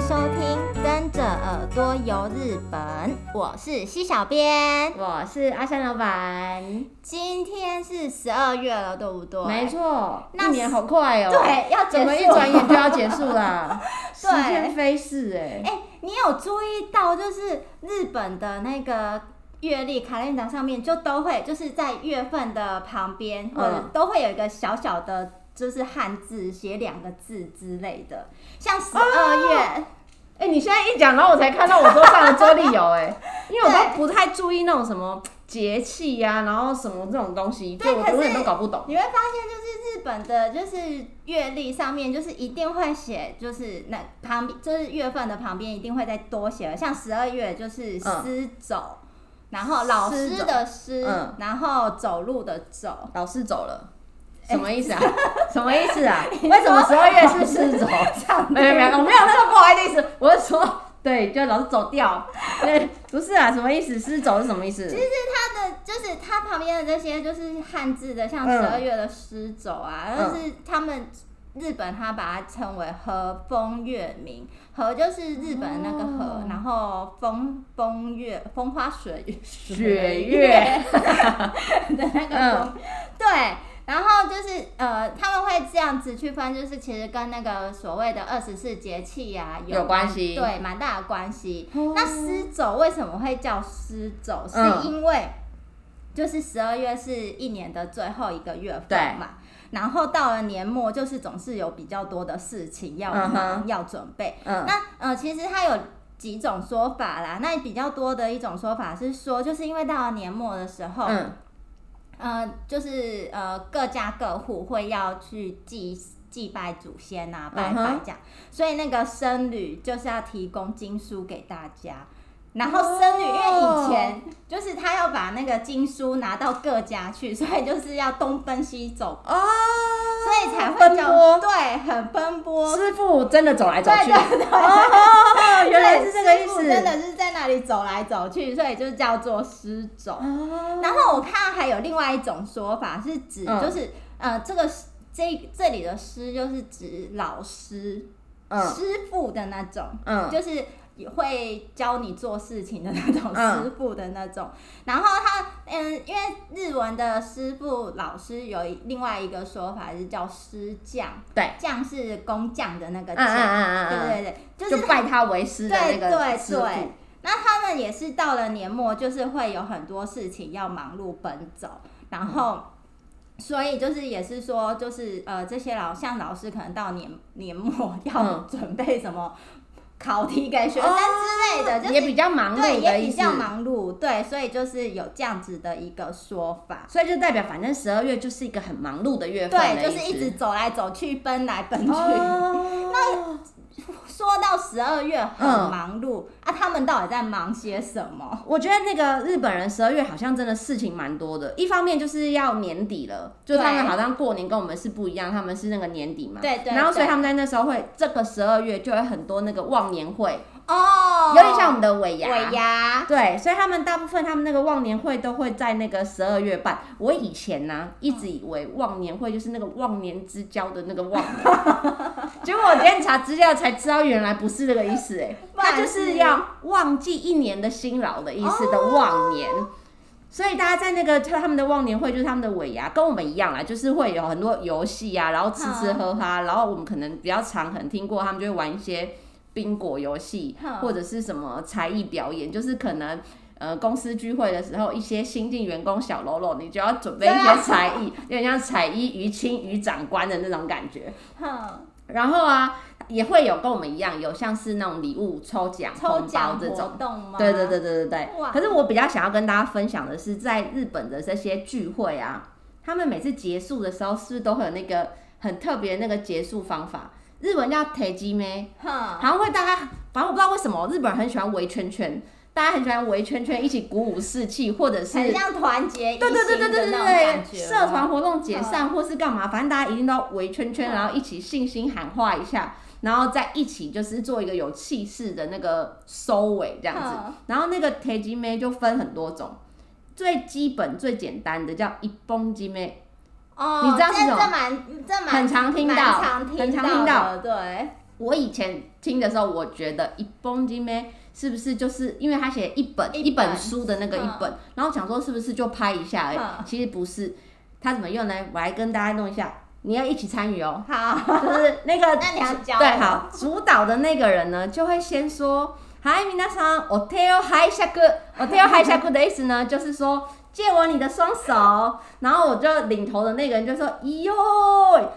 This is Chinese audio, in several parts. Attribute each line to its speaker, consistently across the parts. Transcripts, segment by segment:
Speaker 1: 收听《跟着耳朵游日本》，我是西小编。
Speaker 2: 我是阿山老板，
Speaker 1: 今天是十二月了，对不对？
Speaker 2: 没错，
Speaker 1: 那
Speaker 2: 一年好快哦、
Speaker 1: 对，要结
Speaker 2: 怎
Speaker 1: 束
Speaker 2: 么
Speaker 1: 了
Speaker 2: 一转眼就要结束 啦？时
Speaker 1: 对
Speaker 2: 间飞逝哎、
Speaker 1: 哎、你有注意到，就是日本的那个月历 calendar 上面，就都会就是在月份的旁边，或者
Speaker 2: 嗯
Speaker 1: 都会有一个小小的，就是汉字写两个字之类的，像十二
Speaker 2: 哦
Speaker 1: 月。
Speaker 2: 哎、你现在一讲，然后我才看到我桌上的桌里有 哎、因为我
Speaker 1: 对
Speaker 2: 都不太注意那种什么节气呀，然后什么这种东西，
Speaker 1: 对
Speaker 2: 就我
Speaker 1: 可是
Speaker 2: 永远都搞不懂。
Speaker 1: 你会发现，就是日本的，就是月历上面，就是一定会写，就是那旁边，就是月份的旁边一定会再多写，像十二月就是丝走，然后老师的师，
Speaker 2: 嗯
Speaker 1: 然后走路的走，
Speaker 2: 老师走了。什么意 思啊？什么意思啊？ 为什么十二月是狮 走？没有没有，我没有那个不好意思，我是说，对，就老是走 掉。对，不是啊，什么意思？狮走是什么意思？
Speaker 1: 其实它的就是它旁边的这些就是汉字的，像
Speaker 2: 嗯
Speaker 1: 十二月的狮走啊，
Speaker 2: 嗯
Speaker 1: 就是他们日本它把它称为和风月明，和就是日本那个和，
Speaker 2: 哦
Speaker 1: 然后风风月风花雪月
Speaker 2: 雪月 嗯
Speaker 1: 的那个风，对。然后就是呃，他们会这样子区分，就是其实跟那个所谓的二十四节气啊呀、
Speaker 2: 有关系
Speaker 1: 对，蛮大的关系。
Speaker 2: 哦
Speaker 1: 那狮走为什么会叫狮走？是
Speaker 2: 嗯
Speaker 1: 因为就是十二月是一年的最后一个月
Speaker 2: 对
Speaker 1: 份嘛，然后到了年末，就是总是有比较多的事情要
Speaker 2: 嗯哼
Speaker 1: 忙、要准备。
Speaker 2: 嗯，
Speaker 1: 那呃，其实它有几种说法啦。那比较多的一种说法是说，就是因为到了年末的时候，
Speaker 2: 嗯，
Speaker 1: 呃，就是呃，各家各户会要去祭祭拜祖先啊，拜
Speaker 2: 嗯哼
Speaker 1: 拜这样。所以那个僧侣就是要提供经书给大家。然后僧侣因为以前就是他要把那个经书拿到各家去，所以就是要东奔西走，
Speaker 2: 哦，
Speaker 1: 所以才会
Speaker 2: 奔
Speaker 1: 叫
Speaker 2: 波
Speaker 1: 对，很奔波，
Speaker 2: 师傅真的走来走去，
Speaker 1: 对对 对。
Speaker 2: 哦，原来是这个意
Speaker 1: 对师傅
Speaker 2: 思，
Speaker 1: 真的是在那里走来走去，所以就叫做失走。
Speaker 2: 哦，
Speaker 1: 然后我看还有另外一种说法是指，
Speaker 2: 嗯
Speaker 1: 就是、呃，这个这这里的师就是指老师、
Speaker 2: 嗯
Speaker 1: 师傅的那种，
Speaker 2: 嗯，
Speaker 1: 就是会教你做事情的那种
Speaker 2: 嗯
Speaker 1: 师傅的那种。然后他嗯，因为日文的师傅老师有一另外一个说法是叫师匠，
Speaker 2: 对，
Speaker 1: 匠是工匠的那个
Speaker 2: 嗯
Speaker 1: 匠，
Speaker 2: 嗯嗯
Speaker 1: 对
Speaker 2: 嗯
Speaker 1: 对对，就
Speaker 2: 嗯，
Speaker 1: 是
Speaker 2: 就拜他为师的那
Speaker 1: 对
Speaker 2: 个
Speaker 1: 对
Speaker 2: 师
Speaker 1: 对
Speaker 2: 傅，。
Speaker 1: 那他们也是到了年末，就是会有很多事情要忙碌奔走，然
Speaker 2: 嗯
Speaker 1: 后，所以就是也是说，就是呃，这些老像老师可能到年年末要
Speaker 2: 嗯
Speaker 1: 准备什么考题给学生之类的，就
Speaker 2: 哦也
Speaker 1: 是
Speaker 2: 比较忙
Speaker 1: 对
Speaker 2: 碌
Speaker 1: 也
Speaker 2: 的
Speaker 1: 比
Speaker 2: 意思。
Speaker 1: 较忙碌，对，所以就是有这样子的一个说法，
Speaker 2: 所以就代表，反正十二月就是一个很忙碌的月份
Speaker 1: 对，
Speaker 2: 的
Speaker 1: 就
Speaker 2: 意
Speaker 1: 是一直
Speaker 2: 思
Speaker 1: 走来走去，奔来奔去。
Speaker 2: 哦，那
Speaker 1: 说到十二月很
Speaker 2: 嗯
Speaker 1: 忙碌、啊，他们到底在忙些什么？
Speaker 2: 我觉得那个日本人十二月好像真的事情蛮多的，一方面就是要年底了，就他们
Speaker 1: 对
Speaker 2: 好像过年跟我们是不一样，他们是那个年底嘛，
Speaker 1: 对对
Speaker 2: 然后所以
Speaker 1: 对
Speaker 2: 他们在那时候会这个十二月就会很多那个忘年会，
Speaker 1: 哦，
Speaker 2: 有点像我们的尾牙，
Speaker 1: 尾牙，
Speaker 2: 对，所以他们大部分他们那个忘年会都会在那个十二月办。我以前呢、一直以为忘年会就是那个忘年之交的那个忘年， 结果我今天查资料才知道原来不是这个意思、欸，
Speaker 1: 不然
Speaker 2: 它就是
Speaker 1: 是
Speaker 2: 要忘记一年的辛劳的意思的忘年。
Speaker 1: 哦
Speaker 2: 所以大家在那个就他们的忘年会，就是他们的尾牙，跟我们一样啦，就是会有很多游戏啊，然后吃吃喝喝啊，然后我们可能比较常可能听过，他们就会玩一些宾果游戏
Speaker 1: 哼
Speaker 2: 或者是什么才艺表演，就是可能。呃，公司聚会的时候，一些新进员工小喽啰，你就要准备一
Speaker 1: 对啊
Speaker 2: 些才 艺，有点像彩衣娱亲娱长官的那种感觉。
Speaker 1: 哼，
Speaker 2: 然后啊，也会有跟我们一样，有像是那种礼物抽奖、
Speaker 1: 抽
Speaker 2: 红包
Speaker 1: 奖
Speaker 2: 这
Speaker 1: 活
Speaker 2: 种。
Speaker 1: 动吗？
Speaker 2: 对对对对对对
Speaker 1: 哇。
Speaker 2: 可是我比较想要跟大家分享的是，在日本的这些聚会啊，他们每次结束的时候，是不是都会有那个很特别的那个结束方法？日文叫 t e j i m e
Speaker 1: 哼，
Speaker 2: 好像会大家，反正我不知道为什么日本人很喜欢围圈圈，大家很喜欢围圈圈一起鼓舞士气，或者是
Speaker 1: 很像团结一
Speaker 2: 对对对
Speaker 1: 心
Speaker 2: 对
Speaker 1: 的那
Speaker 2: 对对
Speaker 1: 种感
Speaker 2: 对，
Speaker 1: 觉吗，
Speaker 2: 社团活动解散或是干嘛，反正大家一定都要围圈圈，
Speaker 1: 嗯
Speaker 2: 然后一起信心喊话一下，然后再一起就是做一个有气势的那个收尾这样子。
Speaker 1: 子，
Speaker 2: 然后那个 t e j i m e 就分很多种，最基本最简单的叫一崩 j i m e
Speaker 1: 哦，
Speaker 2: 你知道是
Speaker 1: 这
Speaker 2: 什么
Speaker 1: 这蛮这蛮
Speaker 2: 很常听到
Speaker 1: 蛮常
Speaker 2: 很
Speaker 1: 听
Speaker 2: 常听到
Speaker 1: 的，对，
Speaker 2: 我以前听的时候，我觉得一本金咩是不是就是因为他写一本
Speaker 1: 一
Speaker 2: 一本
Speaker 1: 本
Speaker 2: 书的那个一
Speaker 1: 嗯
Speaker 2: 本，然后想说是不是就拍一下而
Speaker 1: 嗯
Speaker 2: 已，其实不是。他怎么用呢？我来跟大家弄一下，你要一起参与哦。
Speaker 1: 好，
Speaker 2: 就是那个
Speaker 1: 那你要教
Speaker 2: 对
Speaker 1: 我
Speaker 2: 好主导的那个人呢，就会先说嗨，皆さん，我 tell hi 下个，我 tell hi 下个的意思呢， 就是说借我你的双手，然后我就领头的那个人就说哟，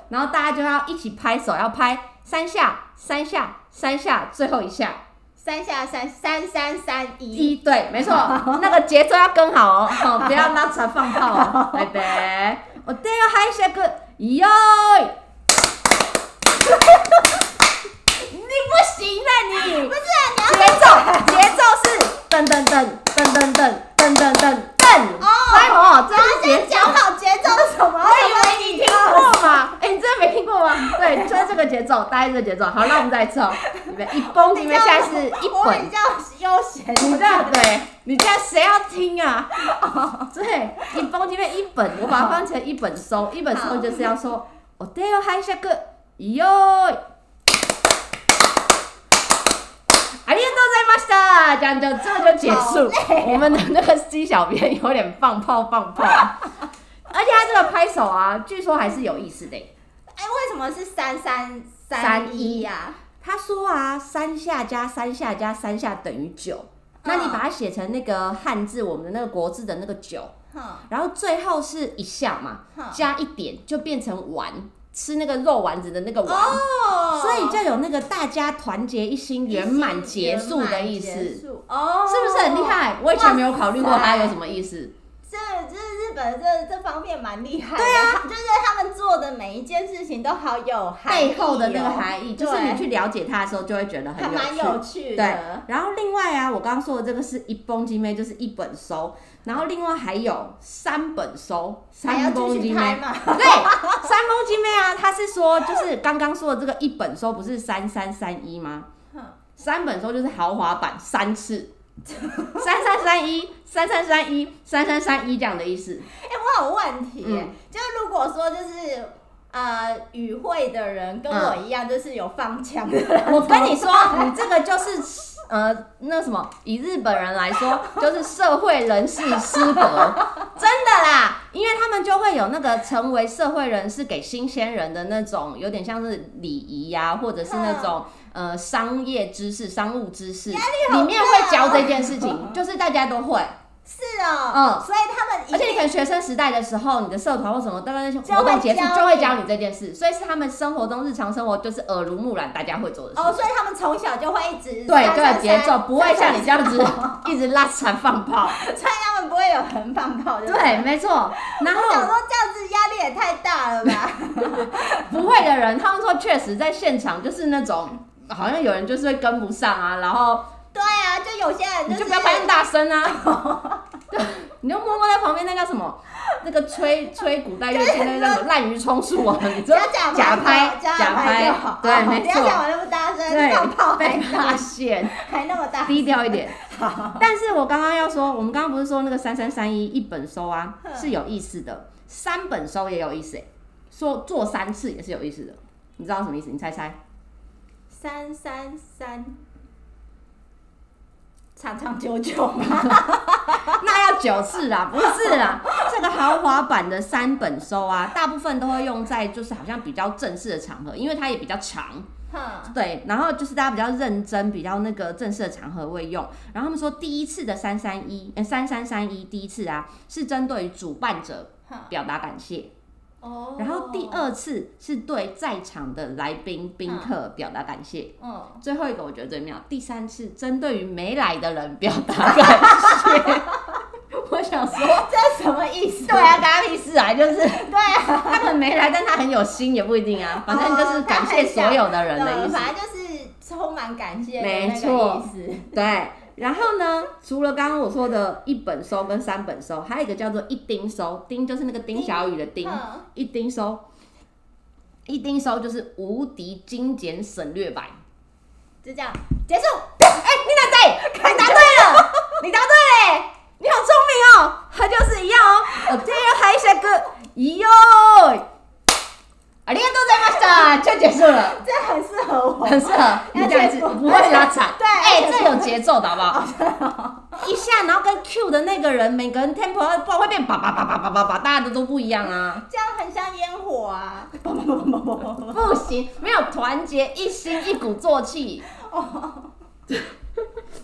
Speaker 2: 然后大家就要一起拍手，要拍三下，三下，三下，最后一下。
Speaker 1: 三下三三三三一，
Speaker 2: 一 对，没错，那个节奏要跟好哦，好不要拉扯放炮哦，拜拜。我都要嗨下个哟，
Speaker 1: 你不行啊你！不是啊，你要
Speaker 2: 节奏节奏是噔噔噔噔噔噔噔噔噔噔，猜我这是节
Speaker 1: 先
Speaker 2: 奏。
Speaker 1: 讲好节奏是什么？
Speaker 2: 我
Speaker 1: 以为你
Speaker 2: 听过吗？哎、你真的没听过吗？对，就是这个节奏，大概这个节奏。好，那我们再一次哦，你们一崩，你们现在是一
Speaker 1: 我
Speaker 2: 本
Speaker 1: 比，较悠闲，
Speaker 2: 你这样对，你这样谁要听啊？对，一封里面一本，我把它翻成一本收，一本收就是要说，我得要嗨下个哟。ありがとうございました。这样就这就结束。我们的那个 C 小编有点放炮放炮，而且他这个拍手啊，据说还是有意思的耶。
Speaker 1: 哎，为什么是三三
Speaker 2: 三一
Speaker 1: 一呀？
Speaker 2: 他说啊，三下加三下加三下等于九。那你
Speaker 1: 嗯
Speaker 2: 把它写成那个汉字，我们的那个国字的那个九，
Speaker 1: 哼
Speaker 2: 然后最后是一下嘛，
Speaker 1: 哼，
Speaker 2: 加一点就变成丸，吃那个肉丸子的那个丸，
Speaker 1: 哦
Speaker 2: 所以就有那个大家团结一心、圆满结束的意思，
Speaker 1: 圆满
Speaker 2: 是
Speaker 1: 结束哦，
Speaker 2: 不是很厉？害？我以前没有考虑过它有什么意思。
Speaker 1: 这这日本这这方面蛮厉害的，对啊，就是他们做的每一件事情都好有含义哦
Speaker 2: 背后的那个含义，就是
Speaker 1: 对
Speaker 2: 你去了解它的时候，就会觉得
Speaker 1: 还
Speaker 2: 很
Speaker 1: 蛮
Speaker 2: 有趣。
Speaker 1: 有趣
Speaker 2: 对
Speaker 1: 的。
Speaker 2: 然后另外啊，我刚刚说的这个是一本金妹，就是一本收，然后另外还有三本收，
Speaker 1: 还要
Speaker 2: 三
Speaker 1: 继
Speaker 2: 本
Speaker 1: 续
Speaker 2: 金
Speaker 1: 拍
Speaker 2: 妹。
Speaker 1: 嘛？
Speaker 2: 对，三本金妹啊，他是说就是刚刚说的这个一本收不是三三三一吗？
Speaker 1: 哼
Speaker 2: 三本收就是豪华版三次，三三三一，三三三一，三三三一这样的意思。
Speaker 1: 哎、我有问题耶、
Speaker 2: 嗯
Speaker 1: 就是如果说就是呃与会的人跟我一样，就是有放枪的人，
Speaker 2: 我跟你说，你这个就是呃，那什么，以日本人来说，就是社会人士失格，真的啦，因为他们就会有那个成为社会人士给新鲜人的那种，有点像是礼仪呀，或者是那种。
Speaker 1: 嗯
Speaker 2: 呃，商业知识、商务知识里面会教这件事
Speaker 1: 哦
Speaker 2: 情，就是大家都会，
Speaker 1: 是哦、
Speaker 2: 嗯
Speaker 1: 所以他们一
Speaker 2: 而且你
Speaker 1: 定
Speaker 2: 可能学生时代的时候，你的社团或什么，大概那些
Speaker 1: 就
Speaker 2: 活动
Speaker 1: 会
Speaker 2: 结束
Speaker 1: 教
Speaker 2: 就会
Speaker 1: 你
Speaker 2: 教你这件事，所以是他们生活中日常生活就是耳濡目染，大家会做的事。
Speaker 1: 哦，所以他们从小就会一直
Speaker 2: 对，就
Speaker 1: 三
Speaker 2: 有
Speaker 1: 三
Speaker 2: 节
Speaker 1: 三
Speaker 2: 奏，不会像你这样子 一直拉扯放 炮。
Speaker 1: 所以他们不会有人放炮，不。
Speaker 2: 对，没 错。然
Speaker 1: 我想
Speaker 2: 后
Speaker 1: 说这样子压力也太大了 吧？
Speaker 2: 不会的人，他们说确实在现场就是那种，好像有人就是会跟不上啊，然后
Speaker 1: 对啊，就有些人
Speaker 2: 你
Speaker 1: 就是
Speaker 2: 就不要拍那么大声啊。 对，你就默默在旁边那叫什么？那个吹吹古代乐器那个叫什么滥竽充数啊？你知道
Speaker 1: 假假
Speaker 2: 假
Speaker 1: 拍
Speaker 2: 拍
Speaker 1: 就好
Speaker 2: 假
Speaker 1: 就
Speaker 2: 拍
Speaker 1: 好，
Speaker 2: 对，
Speaker 1: 哦
Speaker 2: 没
Speaker 1: 不要
Speaker 2: 错，
Speaker 1: 讲我那么大声，放炮
Speaker 2: 对，
Speaker 1: 还
Speaker 2: 被
Speaker 1: 那
Speaker 2: 发
Speaker 1: 么
Speaker 2: 现。
Speaker 1: 还那么大，
Speaker 2: 低调一点。但是我刚刚要说，我们刚刚不是说那个三三三一一本收啊
Speaker 1: 哼
Speaker 2: 是有意思的，三本收也有意思、欸，说做三次也是有意思的。你知道什么意思？你猜猜？
Speaker 1: 三三三，长长久久嘛。
Speaker 2: 那要九次啦，不是啦。 这个豪华版的三本收啊，大部分都会用在就是好像比较正式的场合，因为它也比较长。
Speaker 1: 哼，
Speaker 2: 对，然后就是大家比较认真、比较那个正式的场合会用。然后他们说，第一次的三三一，呃，三三三一第一次啊，是针对于主办者
Speaker 1: 哼
Speaker 2: 表达感谢。
Speaker 1: 哦
Speaker 2: 然后第，二次是对在场的来宾宾客表达感谢，
Speaker 1: 嗯，
Speaker 2: 最后一个我觉得最妙，第三次针对于没来的人表达感 谢。我想说，
Speaker 1: 哦这什么意思？
Speaker 2: 对啊，咖喱是啊，就是
Speaker 1: 对啊，
Speaker 2: 他可能没来，但他很有心也不一定啊，反正就是感谢所有的人的意
Speaker 1: 对
Speaker 2: 思。
Speaker 1: 反正就是充满感谢的
Speaker 2: 没
Speaker 1: 那
Speaker 2: 错
Speaker 1: 个意思。
Speaker 2: 对，然后呢，除了刚刚我说的一本收跟三本收，还有一个叫做一丁收，丁就是那个丁小雨的丁，
Speaker 1: 嗯
Speaker 2: 一丁收，一丁收就是无敌精简省略版。
Speaker 1: 就这样结束。
Speaker 2: 哎、你答对，你答对了，你答对嘞， 你好聪明哦，它就是一样哦。我这要嗨一下哎歌，咦哟，ありがとうございました，就结束了。
Speaker 1: 这很适合我，
Speaker 2: 很适合你这样子，
Speaker 1: 而且
Speaker 2: 不会拉 惨。
Speaker 1: 对
Speaker 2: 哎、
Speaker 1: 而且
Speaker 2: 这有节哦奏的好不 好？一下，然后跟 Q 的那个人，每个人 tempo，不然会变叭叭叭叭叭叭叭，大家的都不一样啊。
Speaker 1: 这样很像烟火啊！砰砰砰砰砰砰砰
Speaker 2: 不行，没有团结一心一鼓作气。
Speaker 1: 哦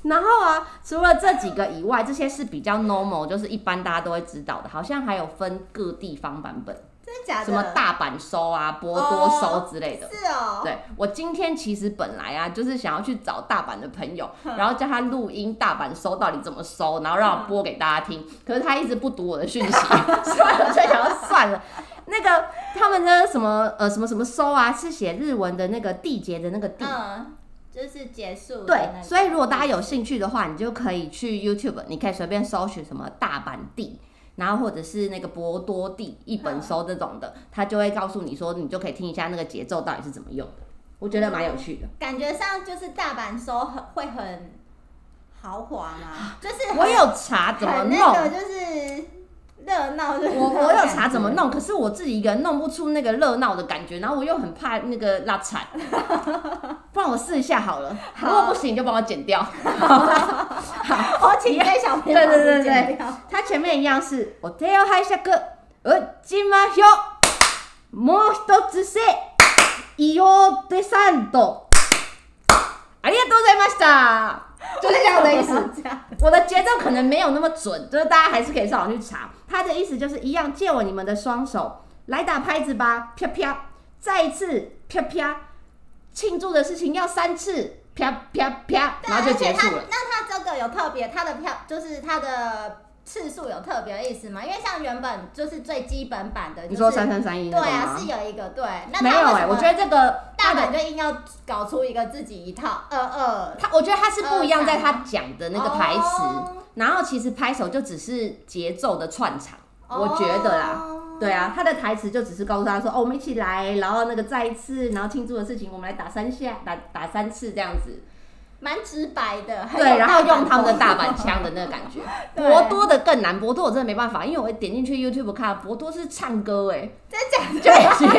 Speaker 2: 然后啊，除了这几个以外，这些是比较 normal，就是一般大家都会知道的。好像还有分各地方版本，
Speaker 1: 真的假的？
Speaker 2: 什么大阪收啊、波多收之类的。
Speaker 1: 是哦，
Speaker 2: 对我今天其实本来啊，就是想要去找大阪的 朋友，然后叫他录音大阪收到底怎么收，然后让我播给大
Speaker 1: 嗯
Speaker 2: 家听。可是他一直不读我的讯息， 所以我就想要算了。那个他们的什么呃什么什么收啊，是写日文的那个缔结的那个缔。
Speaker 1: 嗯，就是结束的
Speaker 2: 对
Speaker 1: 那，个
Speaker 2: 所以如果大家有兴趣的话，你就可以去 YouTube，你可以随便搜寻什么大阪地，然后或者是那个博多地一本收这种
Speaker 1: 嗯
Speaker 2: 的，他就会告诉你说，你就可以听一下那个节奏到底是怎么用的。我觉得蛮有趣的。
Speaker 1: 感觉上就是大阪收很会很豪华 嘛，就是
Speaker 2: 我有查怎么
Speaker 1: 很
Speaker 2: 弄，
Speaker 1: 那个就是热闹，就是
Speaker 2: 我我
Speaker 1: 那
Speaker 2: 有
Speaker 1: 种
Speaker 2: 查怎么弄，可是我自己一个人弄不出那个热闹的感觉，然后我又很怕那个 辣惨，不然我试一下好了，
Speaker 1: 好
Speaker 2: 如果不行就帮我剪掉。
Speaker 1: 感觉，我请给小朋友
Speaker 2: 对对对对
Speaker 1: 剪掉
Speaker 2: 它前面一样是我手を拝借、うちまひょ、もう一つせ、いおでさんと。ありがとうございました。就是这样的意思。
Speaker 1: 这样
Speaker 2: 我的节奏可能没有那么准，就是大家还是可以上网去查。他的意思就是一样，借我你们的双手来打拍子吧，啪啪，再一次啪啪，庆祝的事情要三次，啪啪啪，
Speaker 1: 对
Speaker 2: 然后就
Speaker 1: 而
Speaker 2: 结束
Speaker 1: 且
Speaker 2: 了
Speaker 1: 它。那它这个有特别，它的票就是它的次数有特别的意思吗？因为像原本就是最基本版的，就是、
Speaker 2: 你说三三三一
Speaker 1: 对
Speaker 2: 那个
Speaker 1: 啊，
Speaker 2: 吗
Speaker 1: 是？有一个对，那
Speaker 2: 没
Speaker 1: 它
Speaker 2: 有
Speaker 1: 为
Speaker 2: 哎、
Speaker 1: 什么
Speaker 2: 我觉得这个
Speaker 1: 大
Speaker 2: 的
Speaker 1: 阪就硬要搞出一个自己一套二二
Speaker 2: 他，我觉得他是不一样，
Speaker 1: 呃
Speaker 2: 在他讲的那个台词，
Speaker 1: 哦
Speaker 2: 然后其实拍手就只是节奏的串场，我觉得啦。
Speaker 1: 哦
Speaker 2: 对啊，他的台词就只是告诉他说：“哦，我们一起来，然后那个再一次，然后庆祝的事情，我们来打三下，打打三次这样子。
Speaker 1: 蛮直白的，”很有
Speaker 2: 对，然后
Speaker 1: 大阪
Speaker 2: 用他们的大
Speaker 1: 风
Speaker 2: 阪腔的那个感觉。
Speaker 1: 对
Speaker 2: 博多的更难，博多我真的没办法，因为我点进去 YouTube 看，博多是唱歌哎、
Speaker 1: 真假
Speaker 2: 就
Speaker 1: 的，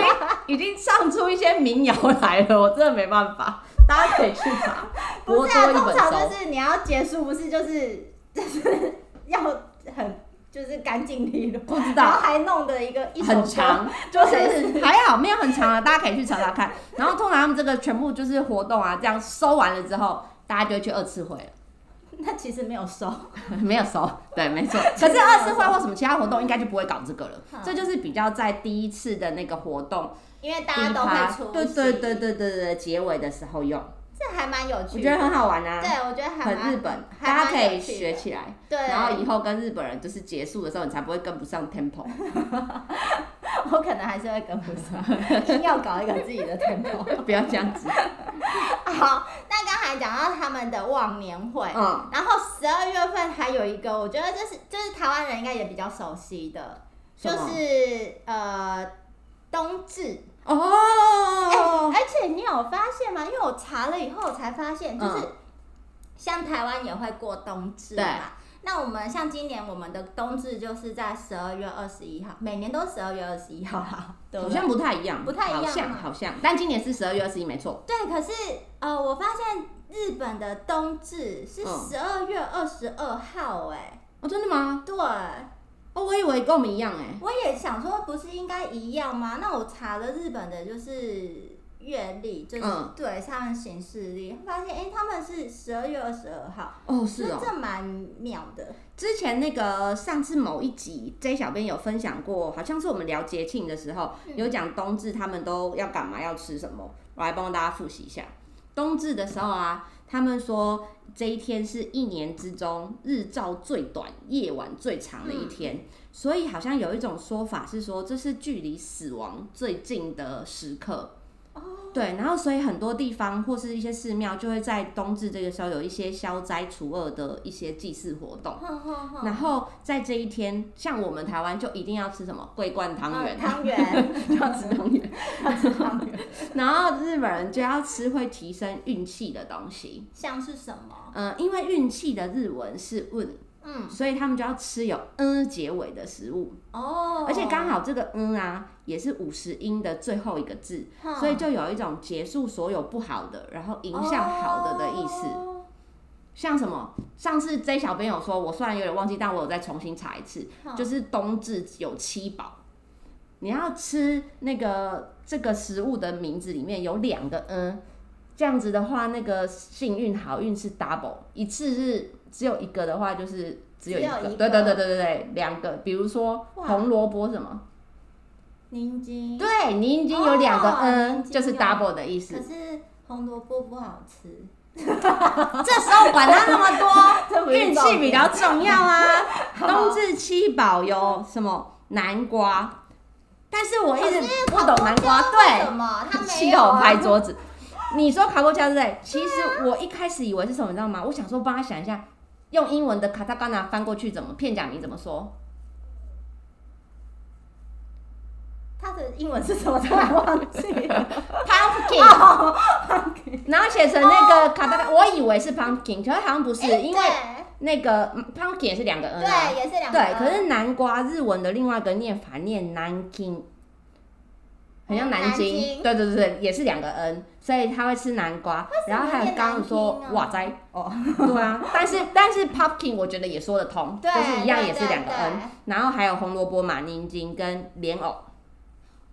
Speaker 2: 已经已经唱出一些民谣来了，我真的没办 法。大家可以去查
Speaker 1: 不
Speaker 2: 博
Speaker 1: 是啊，
Speaker 2: 多一
Speaker 1: 通
Speaker 2: 本
Speaker 1: 常
Speaker 2: 收
Speaker 1: 就。是你要结束，不是就是 就是要很就是干净利落，
Speaker 2: 不知道
Speaker 1: 然后还弄的一个一首
Speaker 2: 很
Speaker 1: 歌
Speaker 2: 长，就是还好没有很长啊，大家可以去查查看。然后通常他们这个全部就是活动啊，这样收完了之后，大家就会去二次会了，
Speaker 1: 那其实没有收，
Speaker 2: 没有收，对，没错。 嗯可是二次会或什么其他活动应该就不会搞这个了
Speaker 1: 好，
Speaker 2: 这就是比较在第一次的那个活动，
Speaker 1: 因为大
Speaker 2: 第
Speaker 1: 家
Speaker 2: 一
Speaker 1: 都
Speaker 2: 趴
Speaker 1: 会，出，
Speaker 2: 对对对，对对对，结尾的时候用，
Speaker 1: 这还蛮有
Speaker 2: 我
Speaker 1: 趣
Speaker 2: 觉
Speaker 1: 的。
Speaker 2: 得很好玩啊，
Speaker 1: 对，我觉得还
Speaker 2: 很
Speaker 1: 蛮
Speaker 2: 日本，
Speaker 1: 还
Speaker 2: 大家
Speaker 1: 蛮
Speaker 2: 可以
Speaker 1: 有趣的
Speaker 2: 学起来。
Speaker 1: 对，
Speaker 2: 然后以后跟日本人就是结束的时候，你才不会跟不上 tempo。
Speaker 1: 我可能还是会跟不上，硬要搞一个自己的 tempo。
Speaker 2: 不要这样子，
Speaker 1: 好，那刚才讲到他们的忘年会，
Speaker 2: 嗯，
Speaker 1: 然后十二月份还有一个，我觉得这是就是台湾人应该也比较熟悉的，就
Speaker 2: 什么
Speaker 1: 是呃冬至。哎
Speaker 2: 哦，
Speaker 1: 而且你有发现吗？因为我查了以后，我才发现，就是、
Speaker 2: 嗯
Speaker 1: 像台湾也会过冬至
Speaker 2: 对
Speaker 1: 嘛。那我们像今年我们的冬至就是在十二月二十一号，每年都十二月二十一号啦，对不
Speaker 2: 好
Speaker 1: 对？
Speaker 2: 像不太一样，啊
Speaker 1: 不太一样
Speaker 2: 好像
Speaker 1: 嘛
Speaker 2: 好像，但今年是十二月二十一，没错。
Speaker 1: 对，可是呃，我发现日本的冬至是
Speaker 2: 嗯
Speaker 1: 十二月二十二号、哎、
Speaker 2: 哦，真的吗？
Speaker 1: 对，
Speaker 2: 哦，我以为跟我们一样哎。
Speaker 1: 我也想说不是应该一样吗？那我查了日本的就是月历，就是、
Speaker 2: 嗯
Speaker 1: 对他们行事历，发现哎、他们是十二月二十二号。
Speaker 2: 哦，是
Speaker 1: 这
Speaker 2: 哦。
Speaker 1: 这蛮妙的，
Speaker 2: 之前那个上次某一集，J 小编有分享过，好像是我们聊节庆的时候，有讲冬至他们都要干嘛，要吃什么。我来帮大家复习一下。冬至的时候啊，他们说这一天是一年之中日照最短、夜晚最长的一天，所以好像有一种说法是说这是距离死亡最近的时刻。对，然后所以很多地方或是一些寺庙就会在冬至这个时候有一些消灾除恶的一些祭祀活动。
Speaker 1: 哼哼嗯哼
Speaker 2: 然后在这一天，像我们台湾就一定要吃什么桂冠汤圆
Speaker 1: 嗯，汤圆，
Speaker 2: 要吃汤圆。
Speaker 1: 要吃汤圆，
Speaker 2: 然后日本人就要吃会提升运气的东西，
Speaker 1: 像是什么？
Speaker 2: 嗯、因为运气的日文是运，
Speaker 1: 嗯，
Speaker 2: 所以他们就要吃有嗯结尾的食物，
Speaker 1: 哦，
Speaker 2: 而且刚好这个嗯啊也是五十音的最后一个字，
Speaker 1: 哼
Speaker 2: 所以就有一种结束所有不好的，然后迎向好的的意思。
Speaker 1: 哦
Speaker 2: 像什么？上次 J 小编有说，我虽然有点忘记，但我有再重新查一次，
Speaker 1: 哼
Speaker 2: 就是冬至有七宝，你要吃那个这个食物的名字里面有两个嗯，这样子的话，那个幸运好运是 double，一次是只有一个的话，就是只有一
Speaker 1: 只
Speaker 2: 个，
Speaker 1: 有一个
Speaker 2: 对对对对对对，两个，比如说
Speaker 1: 哇
Speaker 2: 红萝卜什么，
Speaker 1: 凝晶。
Speaker 2: 对你已经有两个
Speaker 1: 哦
Speaker 2: 嗯，
Speaker 1: 已经
Speaker 2: 就是 double 的意
Speaker 1: 可
Speaker 2: 思，
Speaker 1: 是红萝卜不好吃，
Speaker 2: 这时候管他那么多。
Speaker 1: 这不是
Speaker 2: 运
Speaker 1: 重
Speaker 2: 气
Speaker 1: 点
Speaker 2: 比较重 要啊。冬至七宝有什么南瓜？但是我一直不懂南瓜，
Speaker 1: 为什
Speaker 2: 对，
Speaker 1: 么？ 他没
Speaker 2: 七
Speaker 1: 有
Speaker 2: 口
Speaker 1: 啊
Speaker 2: 拍桌子。你说卡布加对不对？其实我一开始以为是什么，你知道吗？我想说帮他想一下，用英文的卡塔 a 纳翻过去怎么片假名怎么说？
Speaker 1: 他的英文是什么？突然忘记了。
Speaker 2: pumpkin，然后写成那个卡达，我以为是 pumpkin，可是好像不是，
Speaker 1: 哦诶
Speaker 2: 因为那个嗯 pumpkin 也是两个
Speaker 1: 哎对
Speaker 2: n 啊。
Speaker 1: 对也是两个。
Speaker 2: 对，可是南瓜日文的另外一个念法念南京，很像
Speaker 1: 嗯
Speaker 2: 南京。
Speaker 1: 南京
Speaker 2: 对对对对，也是两个 n，所以他会吃南瓜。然后还有刚刚说
Speaker 1: 念南京啊
Speaker 2: 哇塞，
Speaker 1: 哦，
Speaker 2: 对啊，但是但是 pumpkin 我觉得也说得通，就
Speaker 1: 对
Speaker 2: 是一样
Speaker 1: 对
Speaker 2: 也是
Speaker 1: 对
Speaker 2: 两个
Speaker 1: 对
Speaker 2: n。然后还有红萝卜嘛，宁京跟莲藕，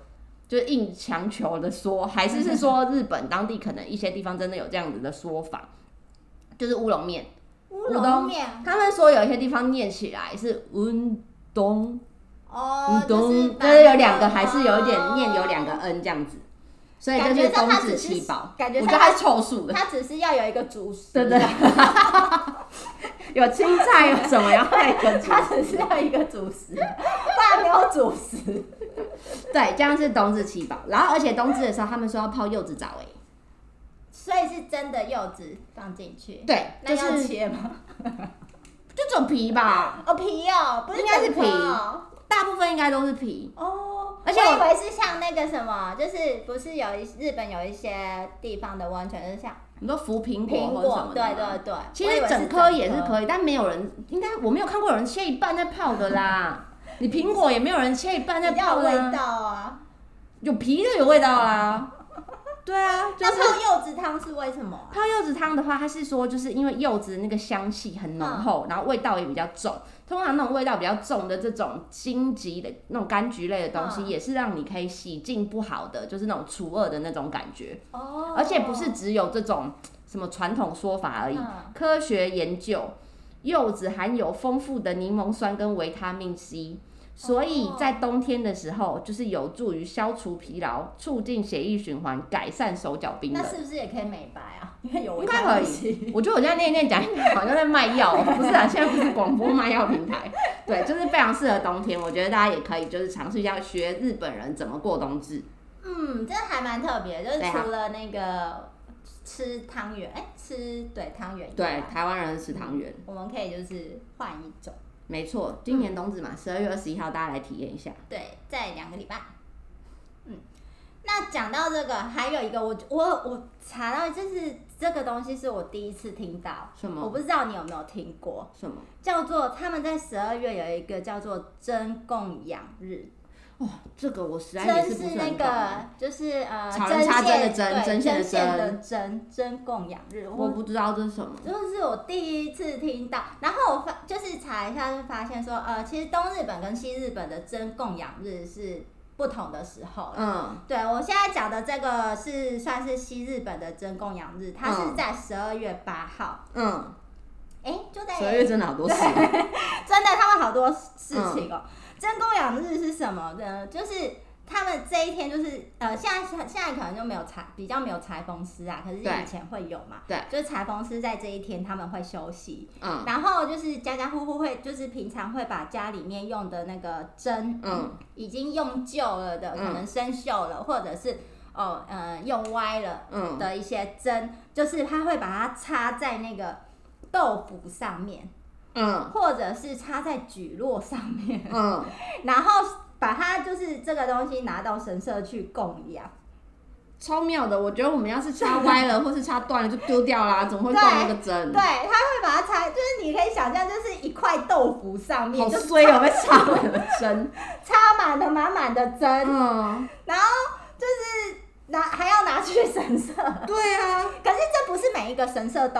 Speaker 2: 就是硬强求的说，还是是说日本当地可能一些地方真的有这样子的说法，就是乌龙面，
Speaker 1: 乌
Speaker 2: 乌冬
Speaker 1: 龙面，
Speaker 2: 他们说有一些地方念起来是温东。
Speaker 1: 哦
Speaker 2: 乌，
Speaker 1: 就是
Speaker 2: 冬，
Speaker 1: 把
Speaker 2: 就是有
Speaker 1: 那
Speaker 2: 两个，还是有一点念有两个
Speaker 1: 哦
Speaker 2: n 这样子，所以就是冬至七宝，
Speaker 1: 感觉
Speaker 2: 我
Speaker 1: 上
Speaker 2: 觉得它是凑数的，
Speaker 1: 它只是要有一个主食，
Speaker 2: 对不对？有青菜有什么，然后一 个
Speaker 1: 它 只是要一个主食，它没有主食。
Speaker 2: 对，这样是冬至七宝。然后而且冬至的时候，他们说要泡柚子枣，哎，
Speaker 1: 所以是真的柚子放进去，
Speaker 2: 对，
Speaker 1: 那
Speaker 2: 就
Speaker 1: 要
Speaker 2: 是
Speaker 1: 切吗？
Speaker 2: 就种皮吧，
Speaker 1: 哦，皮哦，不是
Speaker 2: 应该是
Speaker 1: 整颗哦
Speaker 2: 大部分应该都是皮，
Speaker 1: 哦。
Speaker 2: 而且
Speaker 1: 我
Speaker 2: 我
Speaker 1: 以为是像那个什么，就是不是有一日本有一些地方的温泉，就是像
Speaker 2: 你说浮苹果
Speaker 1: 苹
Speaker 2: 或者什
Speaker 1: 果，
Speaker 2: 么的
Speaker 1: 对
Speaker 2: 吗。
Speaker 1: 对对。
Speaker 2: 其
Speaker 1: 我以
Speaker 2: 实
Speaker 1: 为
Speaker 2: 整
Speaker 1: 颗
Speaker 2: 颗也是可以，但没有人应该我没有看过有人切一半在泡的啦。你苹果也没有人切一半在
Speaker 1: 比较
Speaker 2: 泡
Speaker 1: 有
Speaker 2: 啦。
Speaker 1: 味道啊。
Speaker 2: 有皮就有味道啊。对啊，就
Speaker 1: 那
Speaker 2: 是
Speaker 1: 泡柚子汤是为什么啊？
Speaker 2: 泡柚子汤的话，它是说就是因为柚子那个香气很浓
Speaker 1: 嗯
Speaker 2: 厚，然后味道也比较重。通常那种味道比较重的这种荆棘的那种柑橘类的东西，
Speaker 1: 嗯
Speaker 2: 也是让你可以洗净不好的，就是那种除恶的那种感觉。
Speaker 1: 哦
Speaker 2: 而且不是只有这种什么传统说法而已，
Speaker 1: 嗯
Speaker 2: 科学研究，柚子含有丰富的柠檬酸跟维他命 C，所以
Speaker 1: 哦
Speaker 2: 在冬天的时候，就是有助于消除疲劳，促进血液循环，改善手脚冰冷
Speaker 1: 那。是不是也可以美白啊？ 因为有
Speaker 2: 应
Speaker 1: 维
Speaker 2: 该
Speaker 1: 他
Speaker 2: 可
Speaker 1: 命 C
Speaker 2: 以， 我觉得我现在念一念讲一讲，好像在卖药 哦，不是啊，现在不是广播卖药平台，对，就是非常适合冬天，我觉得大家也可以就是尝试一下学日本人怎么过冬至，
Speaker 1: 嗯，这还蛮特别，就是
Speaker 2: 对啊
Speaker 1: 除了那个吃汤圆，哎、吃对汤圆以
Speaker 2: 对
Speaker 1: 外，，
Speaker 2: 台湾人吃汤圆。
Speaker 1: 我们可以就是换一种，
Speaker 2: 没错，今年冬至嘛，十二月二十一号，大家来体验一下。
Speaker 1: 对，在两个礼拜。嗯，那讲到这个，还有一个我我我查到，就是这个东西是我第一次听到，
Speaker 2: 什么
Speaker 1: 我不知道你有没有听过，
Speaker 2: 什么？
Speaker 1: 叫做他们在十二月有一个叫做真供养日，
Speaker 2: 哇、这个我实在也
Speaker 1: 真
Speaker 2: 是不
Speaker 1: 是
Speaker 2: 是
Speaker 1: 那
Speaker 2: 很懂。
Speaker 1: 个就是呃
Speaker 2: 草人插针的针
Speaker 1: 对
Speaker 2: 针线的
Speaker 1: 针线的
Speaker 2: 针
Speaker 1: 针真供养日，
Speaker 2: 我不知道这是什么。
Speaker 1: 就是我第一次听到，然后我发就是查一下，就发现说，呃，其实东日本跟西日本的真供养日是不同的时候。
Speaker 2: 嗯，
Speaker 1: 对我现在讲的这个是算是西日本的真供养日，它是
Speaker 2: 嗯
Speaker 1: 在十二月八号，
Speaker 2: 嗯，
Speaker 1: 哎、就在
Speaker 2: 十二月真的好多事。嗯
Speaker 1: 真的他们好多事情哦、真供养日是什么呢？就是他们这一天就是呃，现在现在可能就没有裁，比较没有裁缝师啊，可是
Speaker 2: 对
Speaker 1: 以前会有嘛。
Speaker 2: 对，
Speaker 1: 就是裁缝师在这一天他们会休息，
Speaker 2: 嗯
Speaker 1: 然后就是家家户户会，就是平常会把家里面用的那个针，
Speaker 2: 嗯，
Speaker 1: 已经用旧了的，
Speaker 2: 嗯
Speaker 1: 可能生锈了，或者是哦呃用歪了
Speaker 2: 嗯，
Speaker 1: 的一些针，就是他会把它插在那个豆腐上面，
Speaker 2: 嗯，
Speaker 1: 或者是插在蒟蒻上面，
Speaker 2: 嗯，
Speaker 1: 然后把它就是这个东西拿到神社去供养。
Speaker 2: 超妙的。我觉得我们要是插歪了，或是插断了，就丢掉啦，怎么会
Speaker 1: 对
Speaker 2: 放那个
Speaker 1: 对，
Speaker 2: 针？
Speaker 1: 他会把它插，就是你可以想象，就是一块豆腐上面
Speaker 2: 好
Speaker 1: 就是
Speaker 2: 衰哦，被插满 了针。
Speaker 1: 插满了满满的针，
Speaker 2: 嗯，
Speaker 1: 然后就是拿还要拿去神社， 可
Speaker 2: 对啊，
Speaker 1: 是这不是每一个神社都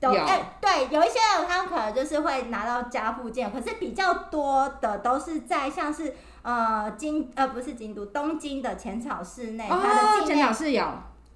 Speaker 1: 都哎
Speaker 2: 有
Speaker 1: 对，有一些人他们可能就是会拿到家附近，可是比较多的都是在像是呃京呃不是京都东京的浅草寺内，它
Speaker 2: 哦，
Speaker 1: 的境
Speaker 2: 前
Speaker 1: 内
Speaker 2: 脚是有，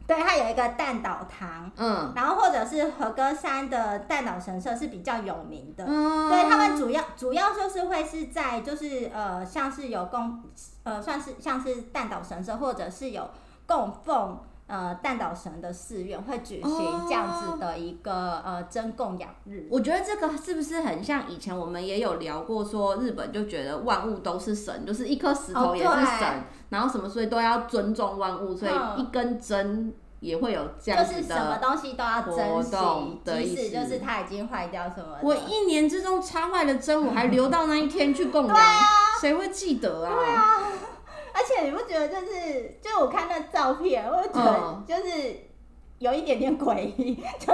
Speaker 1: 对它有一个蛋岛堂，
Speaker 2: 嗯
Speaker 1: 然后或者是和歌山的蛋岛神社是比较有名的，
Speaker 2: 嗯，
Speaker 1: 对他们主要主要就是会是在就是呃像是有供呃算是像是蛋岛神社或者是有供奉呃蛋岛神的寺院会举行这样子的一个、呃真供养日。
Speaker 2: 我觉得这个是不是很像以前我们也有聊过，说日本就觉得万物都是神，就是一颗石头
Speaker 1: 哦
Speaker 2: 也是神，
Speaker 1: 对
Speaker 2: 然后什么所以都要尊重万物，所以一根针也会有
Speaker 1: 就
Speaker 2: 这样子
Speaker 1: 是什么
Speaker 2: 的。
Speaker 1: 东西都要珍
Speaker 2: 活动
Speaker 1: 惜，
Speaker 2: 的
Speaker 1: 即
Speaker 2: 意
Speaker 1: 使
Speaker 2: 思
Speaker 1: 就是它已经坏掉什么的。
Speaker 2: 我一年之中插坏了针，我还留到那一天去供养，谁会记得啊？
Speaker 1: 而且你不觉得就是，就我看那照片，我就觉得
Speaker 2: 嗯
Speaker 1: 就是有一点点诡异，就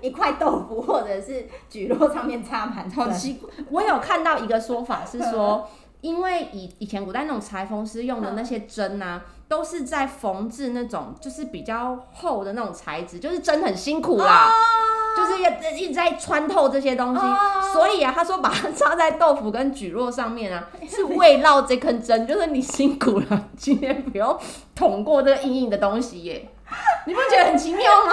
Speaker 1: 一块豆腐或者是蒟蒻上面插满
Speaker 2: 好
Speaker 1: 针，
Speaker 2: 奇怪，我有看到一个说法是说，因为以以前古代那种裁缝师用的那些针啊，都是在缝制那种就是比较厚的那种材质，就是针很辛苦啦，就是要一直在穿透这些东西。
Speaker 1: 哦
Speaker 2: 所以啊，他说把它 插在豆腐跟蒟蒻上面 啊，是围绕这根针，就是你辛苦了， 今天不用捅过这个硬硬的东西耶。你不觉得很奇妙吗？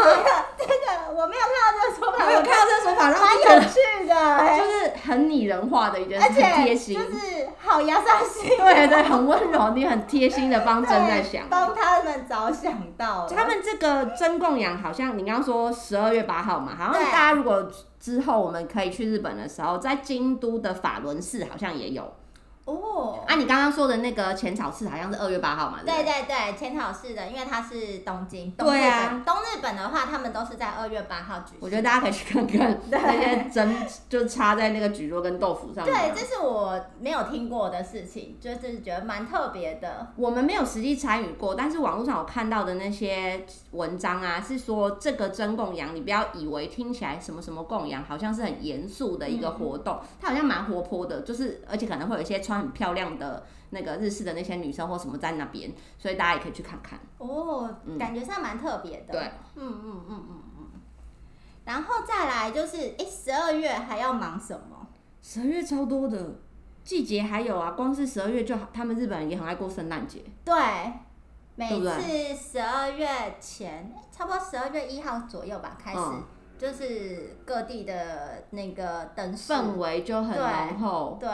Speaker 1: 这个我没有看到这个说法，
Speaker 2: 我有看到这个说法，然后
Speaker 1: 蛮
Speaker 2: 就觉
Speaker 1: 有
Speaker 2: 得
Speaker 1: 趣的、欸，
Speaker 2: 就是很拟人化的一件事，
Speaker 1: 而
Speaker 2: 很
Speaker 1: 且
Speaker 2: 贴心
Speaker 1: 就。是好牙善心，
Speaker 2: 对对，很温柔，你很贴心的帮
Speaker 1: 对
Speaker 2: 真在想。
Speaker 1: 帮他们着想到了
Speaker 2: 他们这个真供养好像你刚刚说十二月八号嘛，好像
Speaker 1: 对
Speaker 2: 大家如果之后我们可以去日本的时候，在京都的法轮寺好像也有。
Speaker 1: 哦。
Speaker 2: 啊，你刚刚说的那个浅草寺好像是二月八号嘛？对
Speaker 1: 对
Speaker 2: 不对。
Speaker 1: 对对，浅草市的，因为它是东京，东
Speaker 2: 对
Speaker 1: 日
Speaker 2: 啊
Speaker 1: 本，东日本的话，他们都是在二月八号举行。
Speaker 2: 我觉得大家可以去看看
Speaker 1: 对
Speaker 2: 那些针，就插在那个蒟蒻跟豆腐上面啊。
Speaker 1: 对，这是我没有听过的事情，就是觉得蛮特别的。
Speaker 2: 我们没有实际参与过，但是网络上有看到的那些文章啊，是说这个真供养，你不要以为听起来什么什么供养，好像是很严肃的一个活动，它好像蛮活泼的，就是而且可能会有一些穿很漂亮的那个日式的那些女生或什么在那边，所以大家也可以去看看。
Speaker 1: 哦，感觉上蛮特别的。
Speaker 2: 对，
Speaker 1: 嗯嗯嗯嗯嗯。然后再来就是，诶，十二月还要忙什么？
Speaker 2: 十二月超多的季节还有啊，光是十二月就好，他们日本人也很爱过圣诞节，
Speaker 1: 对，每
Speaker 2: 对不
Speaker 1: 次十二月前，诶差不多十二月一号左右吧，开始、
Speaker 2: 嗯
Speaker 1: 就是各地的那个灯饰。
Speaker 2: 氛围就很浓厚，
Speaker 1: 对，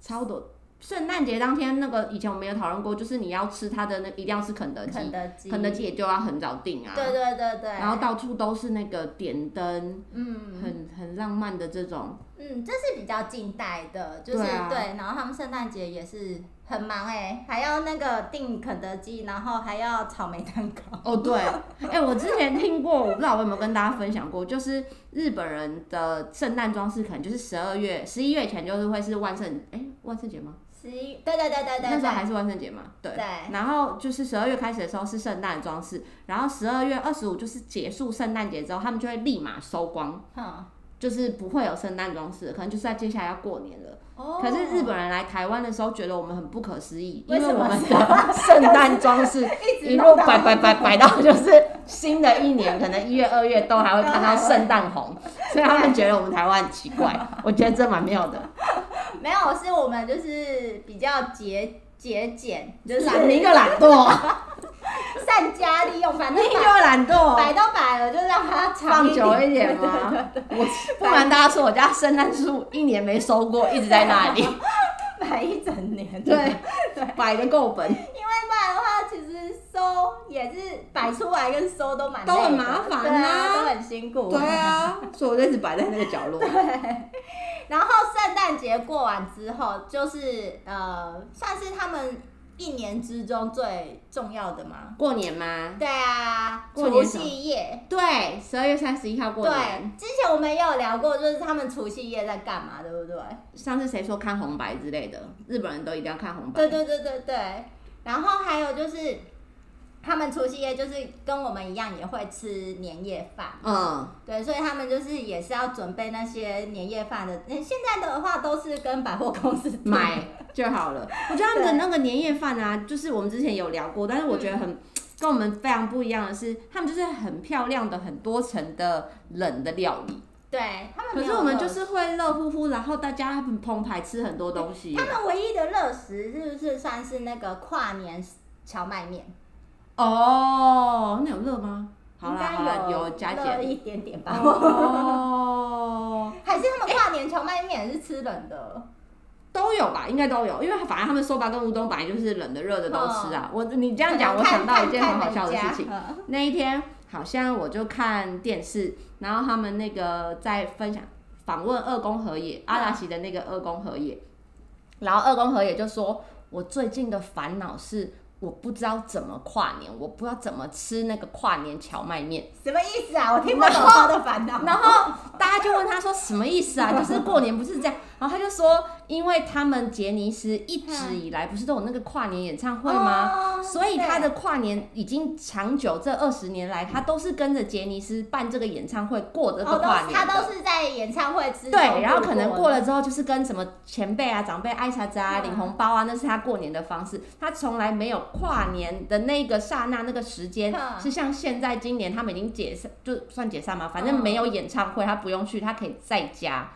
Speaker 2: 超多。圣诞节当天那个以前我们有讨论过，就是你要吃它的那一定要吃肯德基，
Speaker 1: 肯德基，
Speaker 2: 肯德基也就要很早订啊，
Speaker 1: 对对对对。
Speaker 2: 然后到处都是那个点灯，
Speaker 1: 嗯。
Speaker 2: 很很浪漫的这种，
Speaker 1: 嗯，这是比较近代的，就是
Speaker 2: 对啊
Speaker 1: 然后他们圣诞节也是很忙哎、还要那个订肯德基，然后还要草莓蛋糕。
Speaker 2: 哦对，哎、我之前听过，我不知道我有没有跟大家分享过，就是日本人的圣诞装饰可能就是十二月、十一月前就是会是万圣，哎、万圣节吗？
Speaker 1: 十一，对对对对对
Speaker 2: 那时候
Speaker 1: 对，
Speaker 2: 还是万圣节嘛，对。
Speaker 1: 对
Speaker 2: 然后就是十二月开始的时候是圣诞装饰，然后十二月二十五就是结束圣诞节之后，他们就会立马收光，
Speaker 1: 嗯，
Speaker 2: 就是不会有圣诞装饰了，可能就是在接下来要过年了。
Speaker 1: 哦
Speaker 2: 可是日本人来台湾的时候，觉得我们很不可思议，因
Speaker 1: 为
Speaker 2: 为
Speaker 1: 什
Speaker 2: 我
Speaker 1: 么
Speaker 2: 们的圣诞装饰
Speaker 1: 一直
Speaker 2: 一路
Speaker 1: 弄到
Speaker 2: 摆摆摆摆到就是新的一年，可能一月、二月都还会看到圣诞 红，所以他们觉得我们台湾很奇怪。我觉得这蛮妙的，
Speaker 1: 哦没有，是我们就是比较节节俭，就是
Speaker 2: 懒明就懒惰，
Speaker 1: 善加利用，反
Speaker 2: 明
Speaker 1: 正
Speaker 2: 就
Speaker 1: 摆
Speaker 2: 懒 惰，
Speaker 1: 摆都摆了，就让它长
Speaker 2: 放
Speaker 1: 一 点。
Speaker 2: 久一
Speaker 1: 对
Speaker 2: 点
Speaker 1: 对对
Speaker 2: 嘛。我不然大家说我家圣诞树一年没收过，一直在那里。
Speaker 1: 摆一整年。
Speaker 2: 对
Speaker 1: 对，
Speaker 2: 摆的够本，
Speaker 1: 因为不然的话，其实收也是摆出来跟收都蛮累的
Speaker 2: 都很麻烦啊
Speaker 1: 对啊，都很辛苦。
Speaker 2: 对啊，所以我就一直摆在那个角落。
Speaker 1: 然后圣诞节过完之后，就是呃，算是他们一年之中最重要的嘛。
Speaker 2: 过年吗？
Speaker 1: 对啊，
Speaker 2: 过
Speaker 1: 除
Speaker 2: 年什么
Speaker 1: 夕夜。
Speaker 2: 对，十二月三十一号过年。
Speaker 1: 对，之前我们也有聊过，就是他们除夕夜在干嘛，对不对？
Speaker 2: 上次谁说看红白之类的？日本人都一定要看红白。
Speaker 1: 对对对对对。然后还有就是，他们除夕夜就是跟我们一样也会吃年夜饭，
Speaker 2: 嗯，
Speaker 1: 对，所以他们就是也是要准备那些年夜饭的。嗯，现在的话都是跟百货公司订
Speaker 2: 买就好 了。我觉得他们的那个年夜饭啊，就是我们之前有聊过，但是我
Speaker 1: 嗯
Speaker 2: 觉得很、跟我们非常不一样的是，他们就是很漂亮的、很多层的冷的料理，
Speaker 1: 对他们
Speaker 2: 可
Speaker 1: 没有
Speaker 2: 是我们
Speaker 1: 热
Speaker 2: 就
Speaker 1: 食
Speaker 2: 是会热乎乎，然后大家很澎湃，吃很多东 西
Speaker 1: 他。们唯一的热食是不是算是那个跨年荞麦面？
Speaker 2: 哦，那有热吗？好啦好
Speaker 1: 应
Speaker 2: 啦，
Speaker 1: 该
Speaker 2: 有加
Speaker 1: 热
Speaker 2: 减。
Speaker 1: 一点点吧。
Speaker 2: 哦，
Speaker 1: 还是他们跨年荞麦面也是吃冷的，
Speaker 2: 都有吧，应该都有，因为反正他们寿吧跟乌冬本来就是冷的热的都吃啊。我你这
Speaker 1: 这
Speaker 2: 样讲，我想到一件很好笑的事情。
Speaker 1: 情。
Speaker 2: 那一天好像我就看电视，然后他们那个在分享访问二宫和也，阿拉西的那个二宫和也，然后二宫和也就说，我最近的烦恼是。我不知道怎么跨年，我不知道怎么吃那个跨年荞麦面。
Speaker 1: 什么意思啊？我听不懂他的烦恼。
Speaker 2: 然后大家就问他说什么意思啊？就是过年不是这样。然后他就说，因为他们杰尼斯一直以来不是都有那个跨年演唱会吗？
Speaker 1: 嗯哦
Speaker 2: 所以他的跨年已经长久这二十年来，他都是跟着杰尼斯办这个演唱会过这
Speaker 1: 对
Speaker 2: 个
Speaker 1: 哦，
Speaker 2: 跨
Speaker 1: 都是
Speaker 2: 年
Speaker 1: 他
Speaker 2: 的。
Speaker 1: 都是在演唱会之中
Speaker 2: 对，然后可能
Speaker 1: 度
Speaker 2: 过
Speaker 1: 的
Speaker 2: 了之后，就是跟什么前辈啊、长辈挨茶子啊、
Speaker 1: 嗯
Speaker 2: 领红包啊，那是他过年的方式。他从来没有跨年的那个刹那、那个时间，
Speaker 1: 嗯
Speaker 2: 是像现在今年他们已经解散，就算解散嘛，反正
Speaker 1: 嗯
Speaker 2: 没有演唱会，他不用去，他可以在家，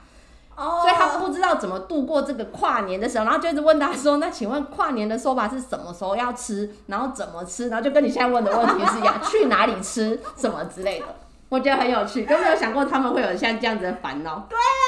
Speaker 1: 哦，
Speaker 2: 所以他不知道怎么度过这个跨年的时候，然后就一直问他说：“那请问跨年的说法是什么时候要吃？然后怎么吃？然后就跟你现在问的问题是一样， 去哪里吃什么之类的。”我觉得很有趣，都没有想过他们会有像这样子的烦恼。对啊，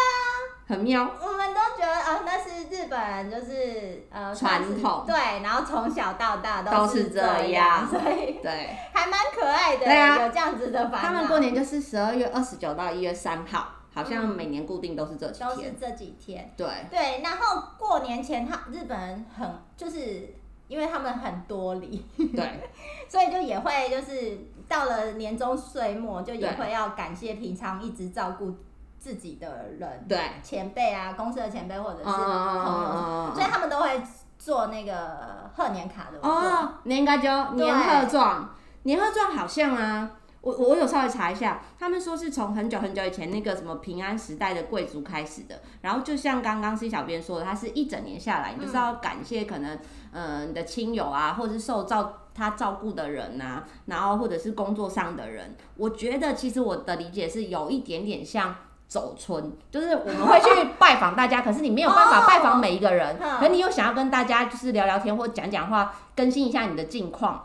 Speaker 2: 很妙。
Speaker 1: 我们都觉得啊、呃那是日本人就是呃
Speaker 2: 传统
Speaker 1: 算是对，然后从小到大
Speaker 2: 都
Speaker 1: 是
Speaker 2: 是这
Speaker 1: 样，
Speaker 2: 样
Speaker 1: 所以
Speaker 2: 对，
Speaker 1: 还蛮可爱的。
Speaker 2: 对啊
Speaker 1: 有这样子的烦恼。
Speaker 2: 他们过年就是十二月二十九到一月三号，好像每年固定都是这几
Speaker 1: 嗯都是
Speaker 2: 天。
Speaker 1: 这几天，
Speaker 2: 对，
Speaker 1: 对，然后过年前他日本人很就是因为他们很多礼，
Speaker 2: 对，
Speaker 1: 所以就也会就是到了年终岁末就也
Speaker 2: 对
Speaker 1: 会要感谢平常一直照顾自己的人
Speaker 2: 对，
Speaker 1: 前辈啊，公司的前辈或者 是
Speaker 2: 嗯嗯嗯
Speaker 1: 朋友，
Speaker 2: 嗯嗯
Speaker 1: 所以他们都会做那个贺年卡的。
Speaker 2: 哦，年糕就年贺状，年贺状好像啊，我我有稍微查一下，他们说是从很久很久以前那个什么平安时代的贵族开始的，然后就像刚刚 C 小编说的，他是一整年下来，你就是要感谢可能呃你的亲友啊，或者是受照他照顾的人呐、然后或者是工作上的人，我觉得其实我的理解是有一点点像。走村就是我们会去拜访大家，可是你没有办法
Speaker 1: 哦
Speaker 2: 拜访每一个人，
Speaker 1: 嗯
Speaker 2: 可你又想要跟大家就是聊聊天或讲讲话，更新一下你的近况，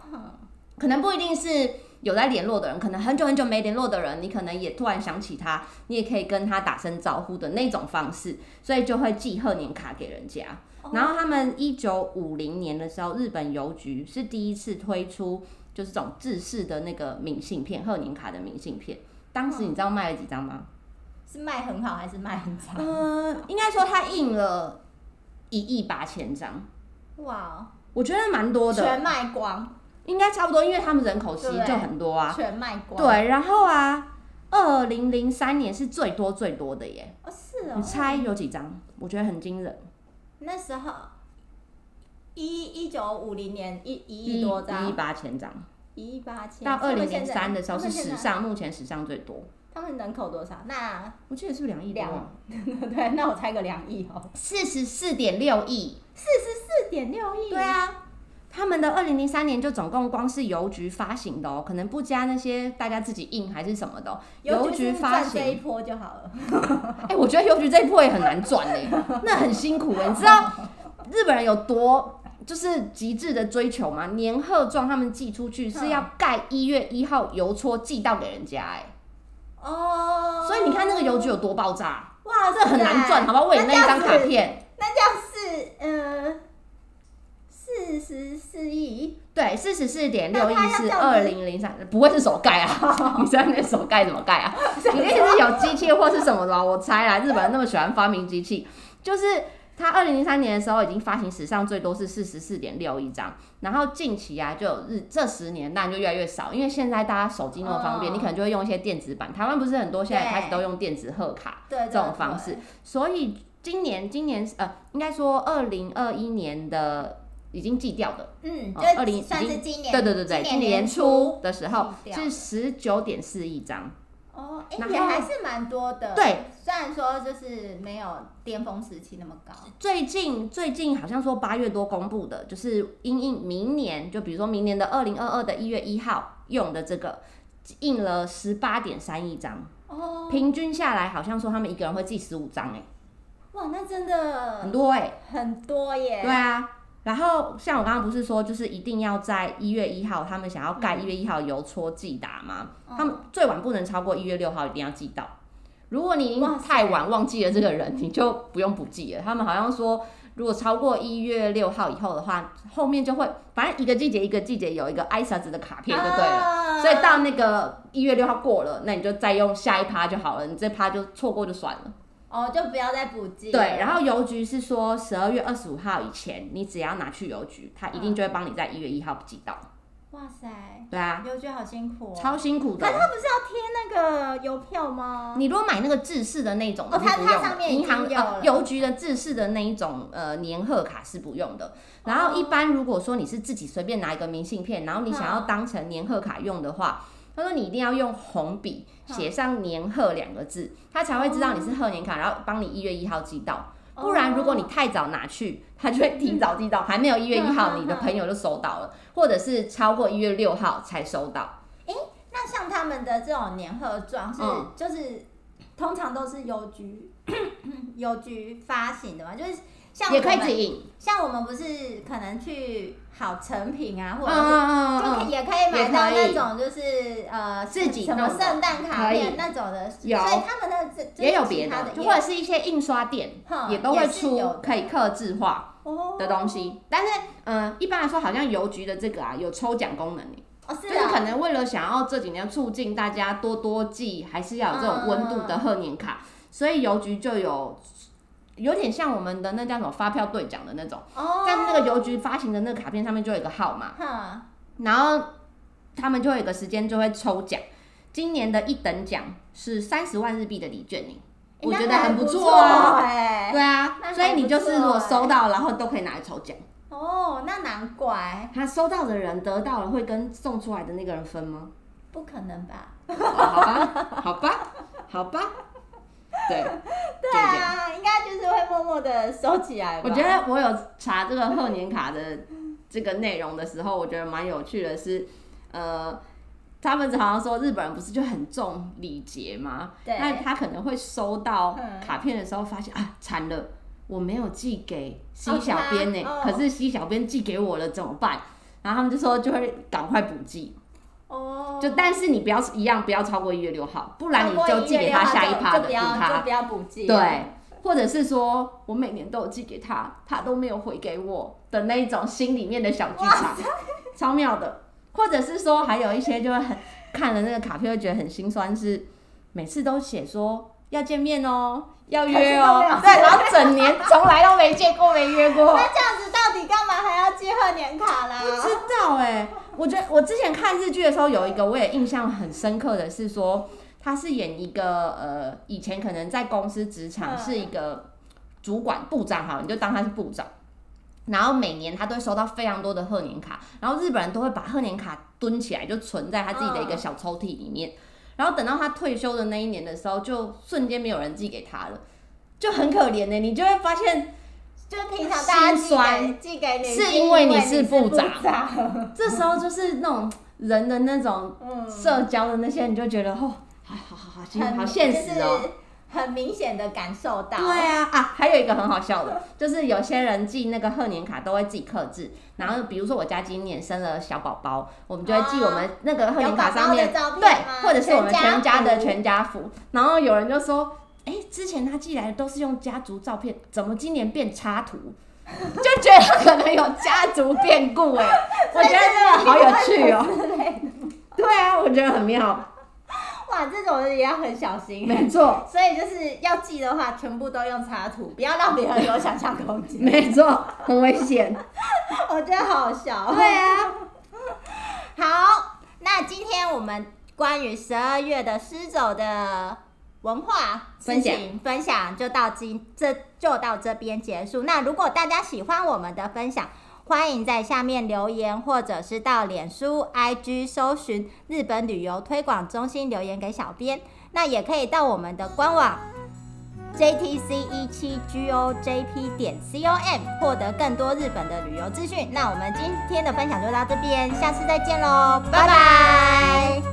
Speaker 2: 可能不一定是有在联络的人，可能很久很久没联络的人，你可能也突然想起他，你也可以跟他打声招呼的那种方式，所以就会寄贺年卡给人家。
Speaker 1: 哦
Speaker 2: 然后他们一九五零年的时候，日本邮局是第一次推出就是这种制式的那个明信片，贺年卡的明信片。当时你知道卖了几张吗？
Speaker 1: 是卖很好还是卖很差？
Speaker 2: 嗯、应该说他印了一亿八千张，
Speaker 1: 哇，哦
Speaker 2: 我觉得蛮多的，
Speaker 1: 全卖光，
Speaker 2: 应该差不多，因为他们人口其实
Speaker 1: 啊对
Speaker 2: 就很多啊。
Speaker 1: 全卖光。
Speaker 2: 对，然后啊，二零零三年是最多最多的耶，
Speaker 1: 哦，是
Speaker 2: 你
Speaker 1: 哦，
Speaker 2: 猜有几张？我觉得很惊人，
Speaker 1: 那时候一一九五零年一一亿多
Speaker 2: 一亿
Speaker 1: 张，
Speaker 2: 八千张，
Speaker 1: 一亿八千。
Speaker 2: 嗯到
Speaker 1: 他
Speaker 2: 二
Speaker 1: 们
Speaker 2: 零
Speaker 1: 现
Speaker 2: 零
Speaker 1: 在
Speaker 2: 三的时候
Speaker 1: 他
Speaker 2: 是
Speaker 1: 们现
Speaker 2: 史
Speaker 1: 在
Speaker 2: 上目前史上最多，
Speaker 1: 他们人口多少？那
Speaker 2: 我记得是不是两亿多啊？
Speaker 1: 对，那我猜个两亿哦，
Speaker 2: 四十四点六亿，
Speaker 1: 四点六亿。
Speaker 2: 对，啊。他们的二零零三年就总共光是邮局发行的哦，可能不加那些大家自己印还是什么的、哦，
Speaker 1: 邮
Speaker 2: 邮
Speaker 1: 局
Speaker 2: 局
Speaker 1: 是
Speaker 2: 发
Speaker 1: 赚
Speaker 2: 行
Speaker 1: 这一波就好了。
Speaker 2: 哎、我觉得邮局这一波也很难赚嘞、那很辛苦哎、你知道日本人有多就是极致的追求吗？年贺状他们寄出去是要盖一月一号邮戳寄到给人家哎、
Speaker 1: 哦
Speaker 2: 所以你看那个邮局有多爆炸，
Speaker 1: 哇，
Speaker 2: 这很难赚，好不好？为了那一张卡片，
Speaker 1: 那这样是呃四十四亿，
Speaker 2: 对，四十四点
Speaker 1: 那
Speaker 2: 六
Speaker 1: 它
Speaker 2: 亿
Speaker 1: 要
Speaker 2: 是
Speaker 1: 这
Speaker 2: 二
Speaker 1: 样
Speaker 2: 零零三，不会是手盖啊？ 你在那手盖怎么盖啊？一定是有机器或是什么的吧？啊我猜啦，日本人那么喜欢发明机器，就是它二零零三年的时候已经发行史上最多是四十四点六亿张，然后近期啊就有日这十年当然就越来越少，因为现在大家手机那么方
Speaker 1: 嗯
Speaker 2: 便，你可能就会用一些电子版。台湾不是很多现在开始都用电子贺卡，
Speaker 1: 对对
Speaker 2: 这种方式。所以今年，今年呃，应该说二零二一年的已经寄掉的，
Speaker 1: 对嗯，
Speaker 2: 哦
Speaker 1: 就
Speaker 2: 20
Speaker 1: 算
Speaker 2: 已
Speaker 1: 是今年，
Speaker 2: 对对对对，
Speaker 1: 今年
Speaker 2: 年初的时候
Speaker 1: 寄掉
Speaker 2: 是十九点四亿张，
Speaker 1: 哦，哎、
Speaker 2: 然
Speaker 1: 也
Speaker 2: 后
Speaker 1: 还是蛮多的。
Speaker 2: 对，
Speaker 1: 虽然说就是没有巅峰时期那么高。
Speaker 2: 最近最近好像说八月多公布的，就是因应明年，就比如说明年的二零二二的一月一号用的这个。印了十八点三亿张，
Speaker 1: 哦，
Speaker 2: 平均下来好像说他们一个人会寄十五张，哎，
Speaker 1: 哇，那真
Speaker 2: 很
Speaker 1: 的
Speaker 2: 多哎、
Speaker 1: 很多嗯耶。
Speaker 2: 对啊，然后像我刚刚不是说，就是一定要在一月一号，他们想要盖一月一号邮戳寄达吗？
Speaker 1: 嗯
Speaker 2: 他们最晚不能超过一月六号，一定要寄到。如果你已
Speaker 1: 哇
Speaker 2: 经
Speaker 1: 塞
Speaker 2: 太晚忘记了这个人，你就不用补寄了。他们好像说，如果超过一月六号以后的话，后面就会反正一个季节一个季节有一个挨啊啥子的卡片就对了。
Speaker 1: 啊
Speaker 2: 所以到那个一月六号过了，那你就再用下一趴就好了，你这趴就错过就算了。
Speaker 1: 哦，就不要再补寄。
Speaker 2: 对，然后邮局是说十二月二十五号以前，你只要拿去邮局，他一定就会帮你在一月一号寄到。
Speaker 1: 哇塞，
Speaker 2: 对啊，
Speaker 1: 邮局好辛苦、哦。
Speaker 2: 超辛苦
Speaker 1: 可是
Speaker 2: 的。
Speaker 1: 他不是要贴那个邮票吗？
Speaker 2: 你如果买那个制式的那种，
Speaker 1: 哦
Speaker 2: 你
Speaker 1: 它
Speaker 2: 不
Speaker 1: 它
Speaker 2: 用
Speaker 1: 上
Speaker 2: 的
Speaker 1: 面已
Speaker 2: 银
Speaker 1: 经
Speaker 2: 行
Speaker 1: 有
Speaker 2: 呃
Speaker 1: 了
Speaker 2: 邮局的制式的那一种呃年贺卡是不用的。然
Speaker 1: 哦
Speaker 2: 后一般如果说你是自己随便拿一个明信片，然后你想要当成年贺卡用的话，他说你一定要用红笔写上“年贺”两个字，他才会知道你是贺年卡，然后帮你一月一号寄到。
Speaker 1: 哦
Speaker 2: 不然，如果你太早拿去，他就会提 早寄到，还没有一月一
Speaker 1: 嗯
Speaker 2: 号，
Speaker 1: 嗯
Speaker 2: 你的朋友就收到了，或者是超过一月六号才收到。
Speaker 1: 哦那像他们的这种年贺状是、
Speaker 2: 嗯
Speaker 1: 就是通常都是邮局 邮局发行的嘛，就是像
Speaker 2: 也可以
Speaker 1: 我
Speaker 2: 自
Speaker 1: 们
Speaker 2: 己印，
Speaker 1: 像我们不是可能去好成品啊，
Speaker 2: 嗯
Speaker 1: 或者是
Speaker 2: 嗯
Speaker 1: 就可
Speaker 2: 嗯
Speaker 1: 以也可以买到
Speaker 2: 也可
Speaker 1: 那
Speaker 2: 以
Speaker 1: 种就是呃
Speaker 2: 自己
Speaker 1: 什
Speaker 2: 弄
Speaker 1: 么
Speaker 2: 的
Speaker 1: 圣诞卡
Speaker 2: 可
Speaker 1: 片
Speaker 2: 以
Speaker 1: 那种的，所以
Speaker 2: 有
Speaker 1: 他们的这
Speaker 2: 嗯，也有别
Speaker 1: 他
Speaker 2: 的
Speaker 1: 的，
Speaker 2: 或者是一些印刷店
Speaker 1: 哼
Speaker 2: 也都会
Speaker 1: 也是有
Speaker 2: 出
Speaker 1: 的
Speaker 2: 可以刻字化
Speaker 1: 哦
Speaker 2: 的东西。但是，嗯，一般来说，好像邮局的这个啊有抽奖功能耶，
Speaker 1: 哦
Speaker 2: 就是是
Speaker 1: 啊
Speaker 2: 可能为了想要这几年促进大家多多寄，还是要有这种温度
Speaker 1: 嗯
Speaker 2: 的贺年卡，所以邮局就有有点像我们的那叫什么发票兑奖的那种。
Speaker 1: 哦，
Speaker 2: 在那个邮局发行的那个卡片上面就有一个号码，
Speaker 1: 哈
Speaker 2: 然后他们就会有一个时间就会抽奖。今年的一等奖是三十万日币的礼券呢，我觉得很
Speaker 1: 不
Speaker 2: 错哦。
Speaker 1: 哎、
Speaker 2: 对啊
Speaker 1: 那，还
Speaker 2: 所以你就是
Speaker 1: 不
Speaker 2: 如
Speaker 1: 错
Speaker 2: 果
Speaker 1: 欸
Speaker 2: 收到，然后都可以拿来抽奖。
Speaker 1: 哦，那难怪，
Speaker 2: 他收到的人得到了，会跟送出来的那个人分吗？
Speaker 1: 不可能吧？
Speaker 2: 哦好吧，好吧，好吧， 对，就
Speaker 1: 对
Speaker 2: 这样。
Speaker 1: 啊，应该就是会默默的收起来吧。
Speaker 2: 我觉得我有查这个贺年卡的这个内容的时候，我觉得蛮有趣的是，呃，他们好像说日本人不是就很重礼节吗？
Speaker 1: 对
Speaker 2: 那他可能会收到
Speaker 1: 嗯
Speaker 2: 卡片的时候，发现啊，惨了。我没有寄给 C
Speaker 1: 哦
Speaker 2: 小编呢、
Speaker 1: 是吗哦
Speaker 2: 可是 C 小编寄给我了，怎么办？然后他们就说就会赶快补寄，
Speaker 1: 哦，
Speaker 2: 就但是你不要一样不要超过一月六号，不
Speaker 1: 不
Speaker 2: 然你就寄给他下一趴
Speaker 1: 就
Speaker 2: 的
Speaker 1: 不
Speaker 2: 补
Speaker 1: 要
Speaker 2: 他
Speaker 1: 就。不要补寄。
Speaker 2: 对，或者是说我每年都有寄给他，他都没有回给我的那一种心里面的小剧场，超妙的。或者是说还有一些就会很看了那个卡片会觉得很心酸，是每次都写说要见面哦，要约
Speaker 1: 可是都
Speaker 2: 哦
Speaker 1: 没有，
Speaker 2: 对，然后整年从来都没见过，没 约过。
Speaker 1: 那这样子到底干嘛还要寄贺年卡啦？
Speaker 2: 知道哎、我觉得我之前看日剧的时候，有一个我也印象很深刻的是说，他是演一个呃，以前可能在公司职场
Speaker 1: 嗯
Speaker 2: 是一个主管部长，好，你就当他是部长。然后每年他都会收到非常多的贺年卡，然后日本人都会把贺年卡蹲起来，就存在他自己的一个小抽屉里面。然后等到他退休的那一年的时候，就瞬间没有人寄给他了，就很可怜呢、欸你就会发现
Speaker 1: 就平常大家寄
Speaker 2: 心酸
Speaker 1: 给寄给你，
Speaker 2: 是因为你是
Speaker 1: 是
Speaker 2: 部长
Speaker 1: 长
Speaker 2: 这时候就是那种人的那种
Speaker 1: 嗯
Speaker 2: 社交的那些，你就觉得哦，好好好好，其实嗯好现实哦。，
Speaker 1: 很明显的感受到。
Speaker 2: 对啊啊，还有一个很好笑的，就是有些人寄那个贺年卡都会自己刻字，然后比如说我家今年生了小宝宝，我们就会寄我们那个贺年卡上面
Speaker 1: 有宝宝的照
Speaker 2: 对
Speaker 1: 片吗，
Speaker 2: 或者是我们全
Speaker 1: 全家
Speaker 2: 家
Speaker 1: 福
Speaker 2: 的全家福。然后有人就说，哎、之前他寄来的都是用家族照片，怎么今年变插图？就觉得他可能有家族变故哎、 我觉得真的好有趣哦、
Speaker 1: 之类的。
Speaker 2: 对啊，我觉得很妙，
Speaker 1: 哇，这种人也要很小心。
Speaker 2: 没错，
Speaker 1: 所以就是要记的话，全部都用插图，不要让别人有想象空间。
Speaker 2: 没错，很危险。
Speaker 1: 我觉得好好笑哦。
Speaker 2: 对啊，
Speaker 1: 好，那今天我们关于十二月的狮走的文化
Speaker 2: 分享
Speaker 1: 事情分享就到今这就到这边结束。那如果大家喜欢我们的分享，欢迎在下面留言，或者是到脸书、IG 搜寻日本旅游推广中心留言给小编。那也可以到我们的官网 JTC 一七 GOJP 点 COM 获得更多日本的旅游资讯。那我们今天的分享就到这边，下次再见喽，拜拜